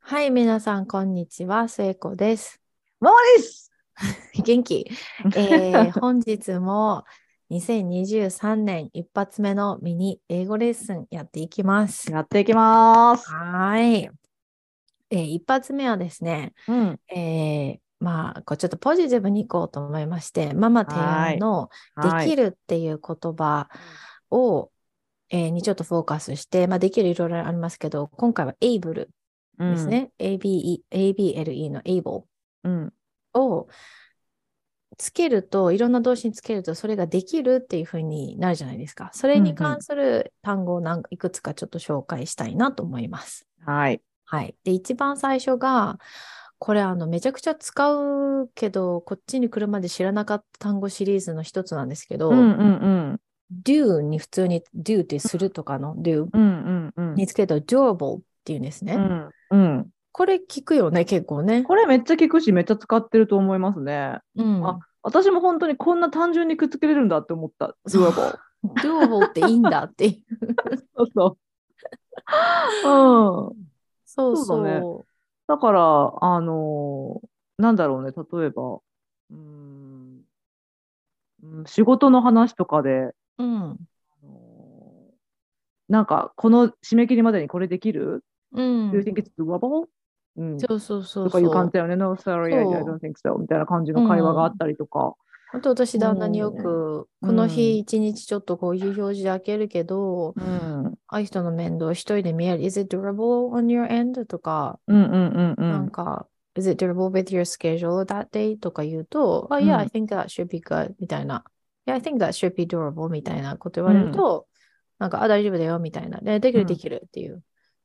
はい、皆さん、こんにちは。末子です。ママです。元 気、えー本日も2023年一発目のミニ英語レッスンやっていきます。やっていきます。はい。えー一発目はですね、うん。えーまあ、こうちょっとポジティブにいこうと思いまして、ママ提案のはできい。るっていう言葉を、えーにちょっとフォーカスして、まあ、できるいろいろありますけど、今回は able うんです。ね。ABE、ABLE の able うん。をつけると、いろんな動詞につけると、それができるっていうふうになるじゃないですか。それうんうにん関する単語をなんかいくつかちょっと紹介したいなと思います。はい。はい。で、一番最初が、これあのめちゃくちゃ使うけど、こっちに来るまで知らなかった単語シリーズの一つなんですけど、うんうん。 do に普通に do ってするとか の do うんうんうん。につけると durable っていうんですね。うん。うん。これ聞くよね、結構ね。これめっちゃ聞くし、めっちゃ使ってると思いますね。うん、あ私も本当にこんな単純にくっつけれるんだって思った。そう doable。 doable っていいんだっていう。そうそう。うん。そうそう。そうだねだから、あのーなんだろうね、例えば、うーん、うん仕事の話とかで、うん。あのーなんか、この締め切りまでにこれできるう Do you ん。 think it's doable? うん、そうそうそうそう。とかいう感じだよね。No, sorry, I そう I don't think so. みたいな感じの会話があったりとか。あと私、旦那によく、このうん日一日ちょっとこういう表示で開けるけど、うん、うんああいう人の面倒一人で見える。Is it durable on your end? とか、うんうんうなんん。か、Is it durable with your schedule that day? とか言うと、あ、うん Yeah, I think that should be good みたいな。Yeah, I think that should be durable みたいなこと言われると、なんか、あ、大丈夫だよみたいな。で、できうるんできるっていう。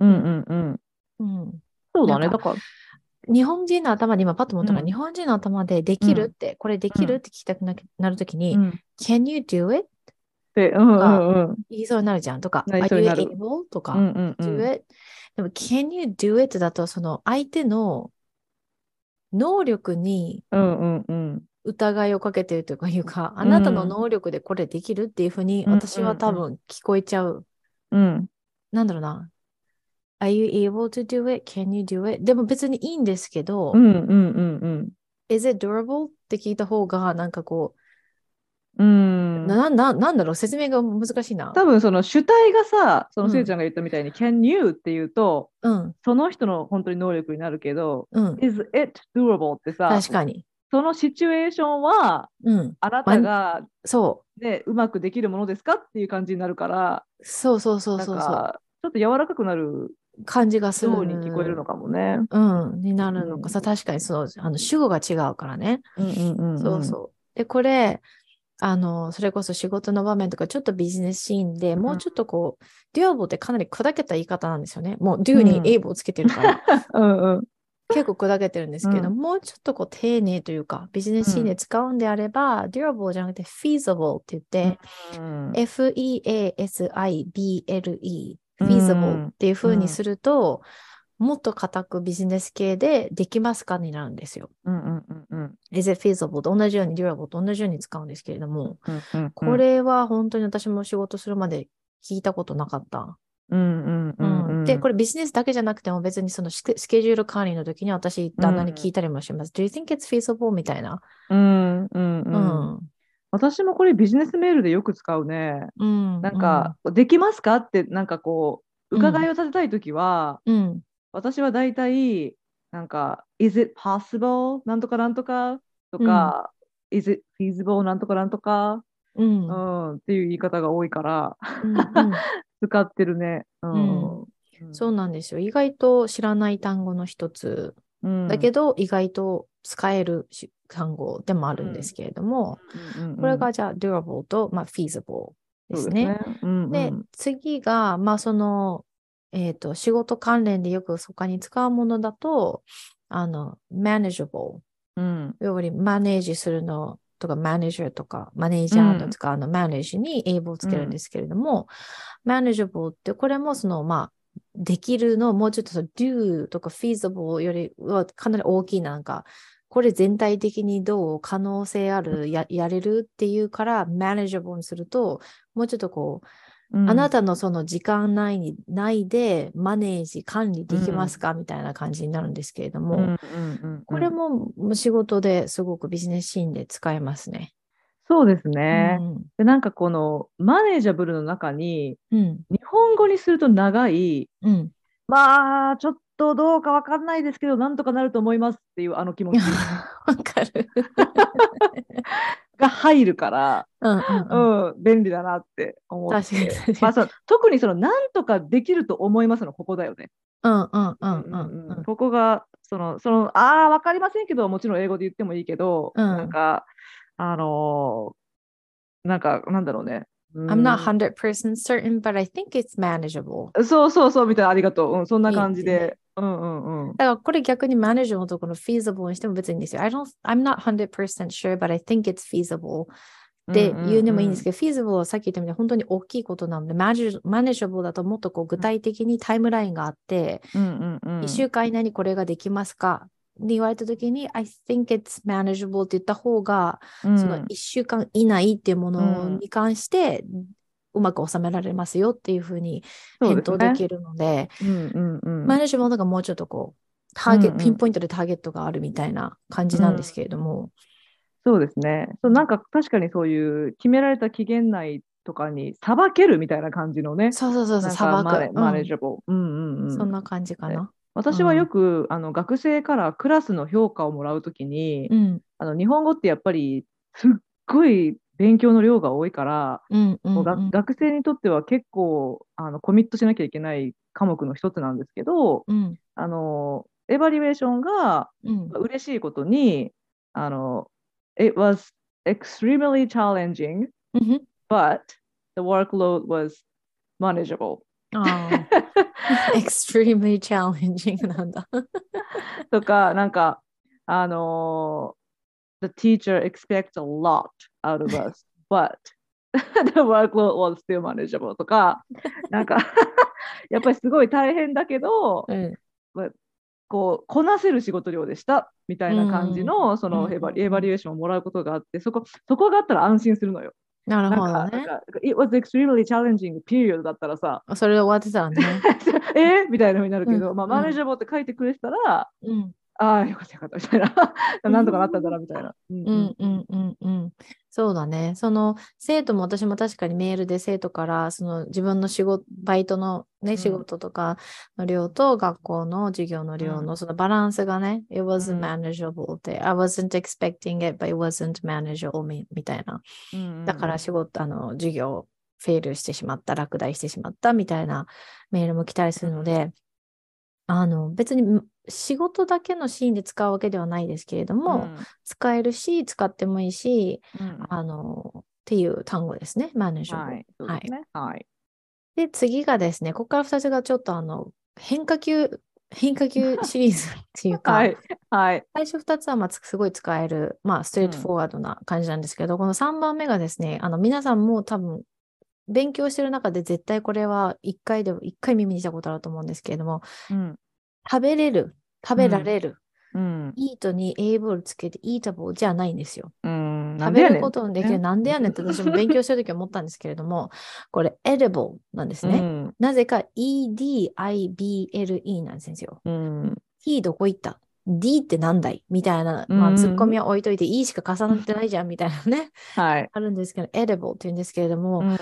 うんうんうん。うん。そうだなね。んかだから、日本人の頭で今パッと思ったのは、うん日本人の頭でできるうんって、これできるうって聞きたくななるときに、うん、っ Can you do it? て、うんうんうん。言いそうになるじゃんとか、なりそ Are うに you なる able? とか、うんうんうん Do it? でも、Can you do it? だと、その相手の能力にうんうんうん。疑いをかけてるというか、いうかんあなたの能力でこれできるっていうふうに、うんうんうん私は多分聞こえちゃう。うん。なんだろうな。Are you able to do it? Can you do it? でも別にいいんですけど、うんうんうん。 Is it durable? って聞いた方が、なんかこう、うん。うん。なななんだろう説明が難しいな。多分その主体がさ、そのうんせいちゃんが言ったみたいに、can you って言うと、うんその人の本当に能力になるけど、うん。 is it doable ってさ、確かに。そのシチュエーションは、うん。あなたがそね、うまくできるものですかっていう感じになるから、う。そうそうそうそうなんそかちょっと柔らかくなるう。感じがする。ように聞こえるのかもね。うん。になるのかさ、う確かにそう。あの主語が違うからね。うんうんうんそうそう。で、これ、あの、それこそ仕事の場面とか、ちょっとビジネスシーンでもうちょっとこう、デュアボってかなり砕けた言い方なんですよね。もう、デュうにんエイブをつけてるから。 うん。うんうん結構砕けてるんですけど、うんもうちょっとこう丁寧というか、ビジネスシーンで使うんであれば、デュアボじゃなくて、feasible って言って、F-E-A-S-I-B-L-E、うん feasible っていう風うにんすると、もっと固くビジネス系でできますかになるんですよ。うんうんうんうん。 is it feasible と同じように durable と同じように使うんですけれども、うんうんうんこ、れは本当に私も仕事するまで聞いたことなかった。うんうんうんうん、で、これ、れビジネスだけじゃなくても別にそのスケスケジュール管理の時に私旦那に聞いたりもします。Do you think it's feasible? みたいな。うんうんううん、ん。私もこれビジネスメールでよく使うね。うん。なんか、できますかって、なんかこう、伺いを立てたいときは、うん、うん。私は大体、なんか、is it possible? なんとかなんとかとか、is it feasible? なんとかなんとか、うん。ううんん、っていう言い方が多いから、うん 使ってるね。うん。そうなんですよ。意外と知らない単語の一つうんだけど、意外と使えるし単語でもあるんですけれども、うんうんこれがじゃあ durable と、まあ、feasible でそうすね。。うんうんで次が、まあ、その、えっ、と、仕事関連でよく他に使うものだと、あの、manageable、うん要はマネージするのとか、マネージャーとか、マネージャーうのん使うの、マネージに英語をつけるんですけれども、マネージャブルって、これもその、まあ、できるの、もうちょっとその do とか feasible よりはかなり大きいなんか、これ全体的にどう可能性あるや、やれるっていうから、マネージャブルにすると、もうちょっとこう、うんあなたのその時間内にないでマネージ管理できますか、みたいな感じになるんですけれども、うんうんうんうんこれも仕事ですごくビジネスシーンで使えますね。そうですね、うんでなんかこのマネージャブルの中にうん日本語にすると長いうん、 まあちょっとどうかわかんないですけどなんとかなると思いますっていうあの 気持ちわかる。が入るから、うんううんうんん便利だなって思って確かに確まかあ、に。そう特にそのなんとかできると思いますのここだよね。うんうんうんううんうんんうんうん。ここがそのそのああ分かりませんけどもちろん英語で言ってもいいけど、うんなんかあのーなんかなんだろうね。うん I'm not 100% certain, but I think it's manageable. そうそうそうみたいなありがとう、うん、そんな感じいいってで。うんうんうだんからこれ逆にマネージャーのところの feasible にしても別にいいんですよ。I don't, I'm not 100% sure, but I think it's feasible って言うのもいいんですけど、feasible はさっき言ったみたいに本当に大きいことなので、manageable だともっとこう具体的にタイムラインがあって、ど、うんうんうん、 1週間以内にこれができますかって言われたときに、I think it's manageable って言った方が、うんその1週間以内っていうもうのんに関して、うまく収められますよっていうふうにそう返です答ねできるので、うんうんうんマネージャーもなんかもうちょっとこう、ターゲうんうんピンポイントでターゲットがあるみたいな感じなんですけれども。そうですねそうなんか確かにそういう決められた期限内とかにさばけるみたいな感じのねそうそうそうそう、なんさかばマネく。マネーャジャブル、うんうんうん、そんな感じかな。私はよく、あの学生からクラスの評価をもらうときに、うん、あの日本語ってやっぱりすっごい勉強の量が多いから、うん、うん。もううがん学生にとっては結構あのコミットしなきゃいけない科目の一つなんですけどうん、あのエバリュエーションがうん、嬉しいことにあの「It was extremely challenging うんふん。 but the workload was manageable ああ。extremely challenging なんだ。」とかなんかあの「The teacher expects a lot out of us but the workload was still manageable」とかなんか やっぱりすごい大変だけどうん、こうこなせる仕事量でしたみたいな感じの,、そのうんエバリエバリエーションをもらうことがあってそこそこがあったら安心するのよ。なるなんほかどね。なんか It was extremely challenging period だったらさ それで終わってたらね。えみたいなふうになるけど、うんまあ、うんマネージャーって書いてくれてたら、うん、ああよかったよかったみたいななんとかなったんだなみたいな。うんうん、うん、うん、うん。そうだね。その生徒も私も確かにメールで生徒からその自分の仕事、バイトのうんね、仕事とかの量と学校の授業の量うんのそのバランスがね、it う wasn't ん manageable って、I wasn't expecting it, but it wasn't manageable みみたいな。うんだから仕事、あの、授業フェールしてしまった、落第してしまったみたいなメールも来たりするので、あの、別にむ仕事だけのシーンで使うわけではないですけれども、使えるし、使ってもいいし、うんうんあの、っていう単語ですね、マネージャー。はいそうですねはいで、次がですね、ここから2つがちょっとあの、変化球、変化球シリーズっていうか、 はいはい最初2つはまあつすごい使える、まあ、ストレートフォワードな感じなんですけど、この3番目がですね、あの、皆さんも多分、勉強してる中で絶対これは1回でも、1回耳にしたことあると思うんですけれども、うん食べれる、食べられる、うんイートに able つけて eatable じゃないんですよ。うんな食んでべやねるんことのできる、なんでやねんって私も勉強してるとき思ったんですけれども、これ、edible なんですね。うんなぜか edible なんですよ。うん、 t どこ行った ?d ってなんだいみたいな、まうあ、んツッコミは置いといて e しか重なってないじゃんみたいなね、はい。 あるんですけど、edible って言うんですけれども、うん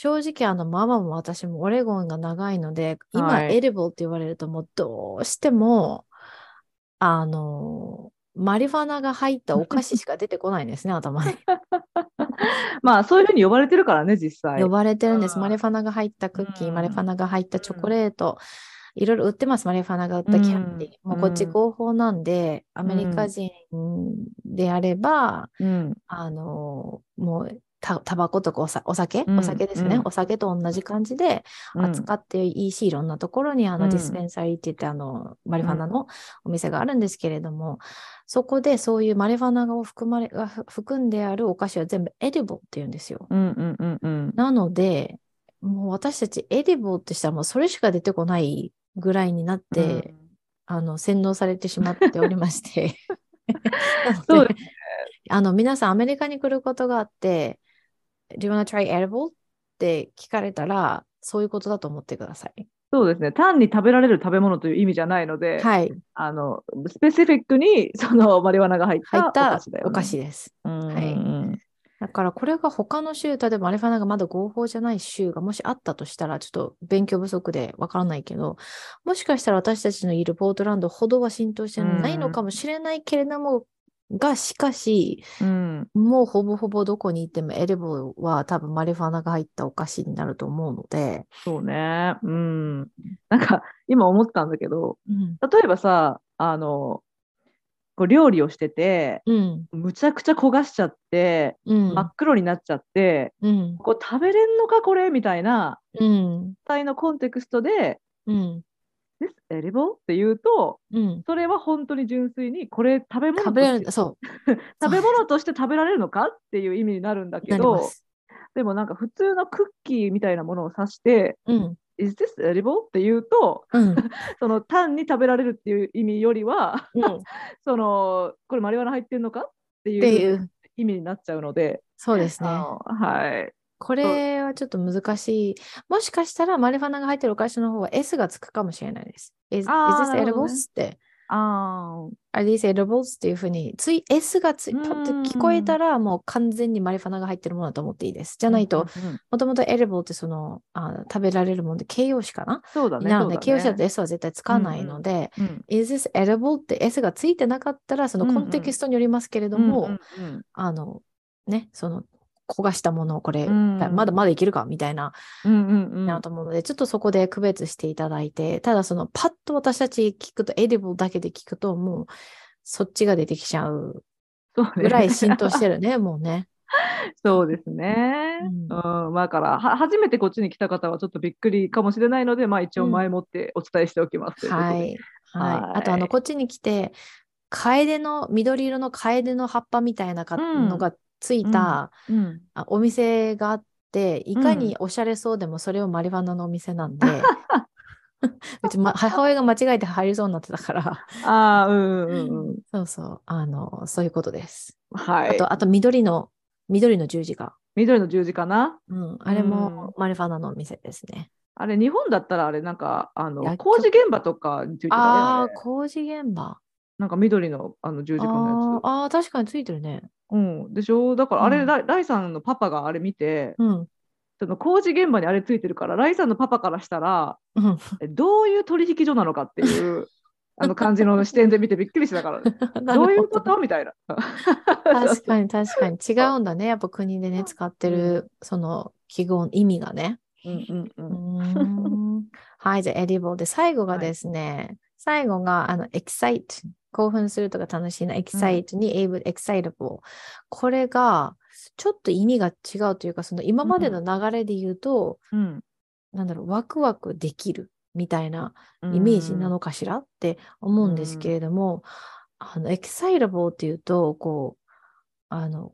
正直あのママも私もオレゴンが長いので、今、はい edible って言われるともうどうしても、あの、マリファナが入ったお菓子しか出てこないんですね、頭に。まあそういうふうに呼ばれてるからね実際。呼ばれてるんであす。ーマリファナが入ったクッキー、うんマリファナが入ったチョコレート、いろいろ売ってます。マリファナが売ったうんキャンディー。もうこっちうん合法なんで、アメリカ人であれば、うんあのーもうたタバコとかおさお酒、うんお酒ですね、うんお酒と同じ感じで扱っていいし、いろんなところにあうのんディスペンサリーって言ってあのマリファナのお店があるんですけれども、そこでそういうマリファナを含まれが含んであるお菓子は全部エディボって言うんですよ。うんうんうんうんなので、もう私たちエディボーってしたらもうそれしか出てこないぐらいになって、あの洗脳されてしまっておりま して。そうなのであの皆さんアメリカに来ることがあって、Do you wanna try edible? って聞かれたら、そういうことだと思ってください。そうですね。単に食べられる食べ物という意味じゃないので、はい。あの、スペシフィックにそのマリワナが入っ入たっお菓た子だよ、ね。お菓子です。うん。はいうんだからこれが他の州、例えばアリファナがまだ合法じゃない州がもしあったとしたら、ちょっと勉強不足でわからないけど、もしかしたら私たちのいるポートランドほどは浸透してないのかもしれないけれども、が、しかし、うん。もうほぼほぼどこに行ってもエレボは多分マリファナが入ったお菓子になると思うので、そうね。うん。なんか、今思ったんだけど、うん。例えばさ、あの、こう料理をしてて、うん。むちゃくちゃ焦がしちゃって、うん真っ黒になっちゃって、うん。こう食べれんのかこれみたいな、うん。実際のコンテクストで、うん。 This edible? って言うと、うん。それは本当に純粋に、これ食べ物食とべれしてる、そう。食べ物として食べられるのかっていう意味になるんだけなりまど、す。でもなんか普通のクッキーみたいなものを指して、うん。 Is this edible? って言うと、うん。その単に食べられるっていう意味よりは、 うん。っそのこれマリワナ入ってるのかってていいうう。意味になっちゃうので、そうですね。あのはい。これはちょっと難しい。もしかしたらマリファナが入ってるお菓子の方は S がつくかもしれないです。Is, is あー this なるほ edibles?、どねって。あー Are these edibles? っていうふうに、つい S がついうんパッと聞こえたらもう完全にマリファナが入ってるものだと思っていいです。じじゃないと、、もともと edible ってそのあ食べられるもので形容詞かな、そうだね。なので、そう形容詞だだとね S は絶対つかないので、うん、 Is this edible? って S がついてなかったらそのコンテキストによりますけれども、うんうんあのね、その焦がしたものをこれ、うんまだまだいけるかみたいなうんうんうんなと思うので、ちょっとそこで区別していただいて、ただそのパッと私たち聞くと、エディブルだけで聞くと、もうそっちが出てきちゃうそうねぐらい浸透してるね、もうね。 そうですね。ううん、まあだからは初めてこっちに来た方はちょっとびっくりかもしれないので、まあ一応前もってお伝えしておきますということで。はい。ははいい。あと、あの、こっちに来て、カエデの、緑色のカエデの葉っぱみたいなかうんのがついた、うん、あお店があって、いかうんにおしゃれそうでもそれをマリファナのお店なんで、 うち、ま、母親が間違えて入りそうになってたから、ああ、うんうんうんうん。そうそう、あの、そういうことです。はあい。と、あと緑の、緑の十字架。緑の十字かな。うん、あれもマルファナのお店ですね。あれ、日本だったらあれ、なんか、あの、薬局工事現場とかについてたよねあああれ。ー、工事現場。なんか緑のあの十字架のあやーあー、確かについてるね。つ。うん。でしょだから、あれ、うんライライさんのパパがあれ見て、 うん。その工事現場にあれついてるから、ライさんのパパからしたら、うん、えどういう取引所なのかっ ていうあの感じの視点で見てびっくりしたから、どういうことみたいな。確かに確 かに違うんだね。やっぱ国でね、使ってる、その記号の意味がね。うんうんううんーん はい、じゃあエディボーで、最後がはいですね、最後があの excite、興奮するとか楽しいな excite に able、excitable。これがちょっと意味が違うというか、その今までの流れで言うと、うんなんだろう、ワクワクできるみたいなうんイメージなのかしらって思うんですけれども、あの、エキサイラボーっていうと、こう、あの、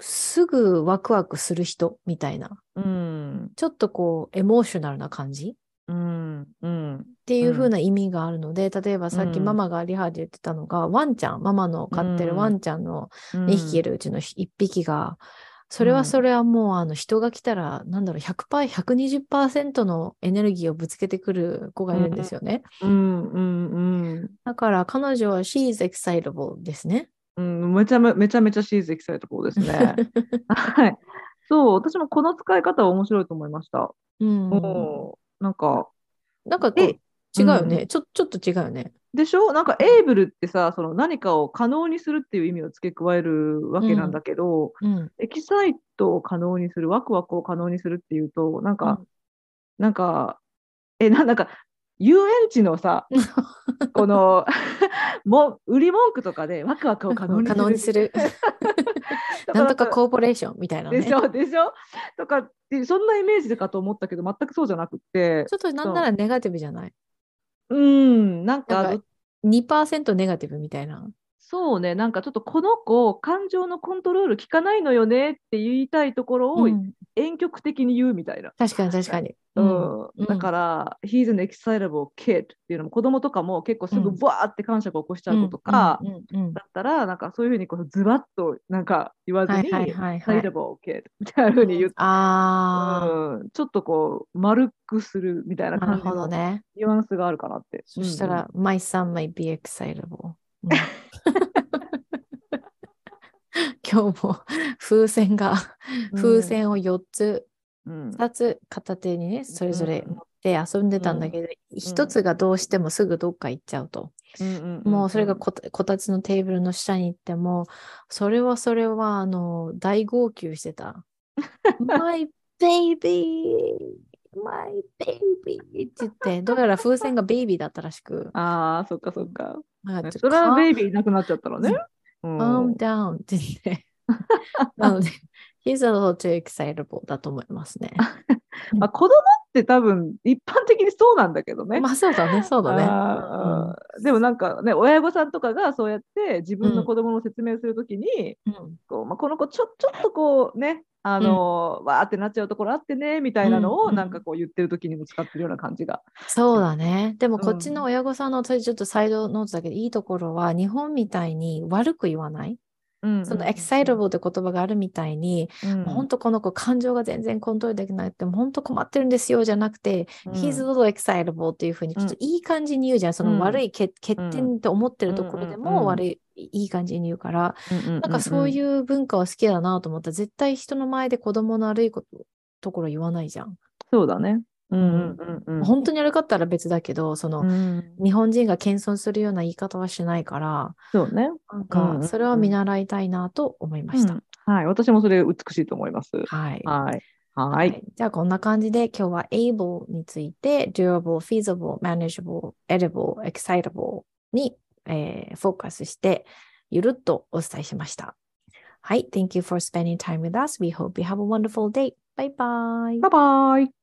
すぐワクワクする人みたいな、うんちょっとこう、エモーショナルな感じっうんうんていう風な意味があるので、例えばさっきうんママがリハで言ってたのが、ワンちゃん、ママの飼ってうるんワンちゃんのうん2匹いるうちの1匹が、それはそれはもうあの人が来たら、なんだろう、100%、120%のエネルギーをぶつけてくる子がいるんですよね。うんうんうんだから彼女は She's excitable ですね。うん、めちゃめめちゃめちゃシーズエキサイトです ね。はい。そう、私もこの使い方は面白いと思いました。うん。おーなんか、なんかこうえ違うよね、ちょ。ちょっと違うよね。でしょなんか、エイブルってさ、その何かを可能にするっていう意味を付け加えるわけなんだけど、うん。エキサイトを可能にする、ワクワクを可能にするっていうと、なんか、なんか、え、ななんか、遊園地の さ、この も売り文句とかでワクワクを可能にす可る。能にす る。だなんとからコーポレーションみたいなね。でちしょょ、でしょとかって、そんなイメージかと思ったけど、全くそうじゃなくって、っとなんならネガティブじゃない。うん、なんかなんか2%ネガティブみたいな。そうね、なんかちょっとこの子、感情のコントロール効かないのよねって言いたいところをうん婉曲的に言うみたいな。確かに確かに。うんうん、だから、He's an excitable kid っていうのも子供とかも結構すぐうんバーって感触を起こしちゃう子とか、うんうんうんだったら、なんかそういうふうにこうズバッとなんか言わずはいに、はいはいはい excitable kid みたいなふうに言って、あうんちょっとこう丸くするみたいあ、なな感るじほどのね。ニュアンスがあるかなって。そしたら、My son might be excitable. うん今日も風船が、うん風、船を4つ、うんうん2つ片手にね、それぞれ持って遊んでたんだけど、1うんつがどうしてもすぐどっか行っちゃうと。うんもうそれがこたこたつのテーブルの下に行っても、それはそれは、あの、大号泣して た。My baby! My baby! って言って、どうやら風船がベイビーだったらしく、ああ、そっかそっか。なんかちょっそとれは calm, ベイビーいなくなっちゃったらね。うん、 calm down って言 って。なので、He's a little too excitable だと思いますね。まあ、子供って多分一般的にそうなんだけどね。まあそうだね、そうだね。あーでもなんかね親御さんとかがそうやって自分の子供の説明をするときに、うんこうまあ、この子ちょちょっとこうねあのーわーってなっちゃうところあってねみたいなのうんうをんなんかこう言ってるときにも使ってるような感じが。そうだね。でもうんこっちの親御さんの私ちょっとサイドノートだけどいいところは日本みたいに悪く言わないそのエキサイ b ラブルって言葉があるみたいに、本当この子感情が全然コントロールできなくて、本当困ってるんですよじゃなくて、He's a little excitable っていうふうに、ちょっといい感じに言うじゃん。その悪い欠欠点と思ってるところでうんうんうもん悪い、いい感じに言うから、ななんかそうういう文化は好きだなと思ったら、絶対人の前で子供の悪いこと、ところ言わないじゃん。そうだね。うんうんうんうん本当に悪かったら別だけど、その、うん日本人が謙遜するような言い方はしないから、そうなね。んうんうんうかんそれは見習いたいなと思いました。うんはい、私もそれ美しいと思います。はい。はい。は。はいい。じゃあこんな感じで今日は able について durable, feasible, manageable, edible, excitable に、えーフォーカスしてゆるっとお伝えしました。はい。Thank you for spending time with us. We hope you have a wonderful day. Bye bye. バイバイ。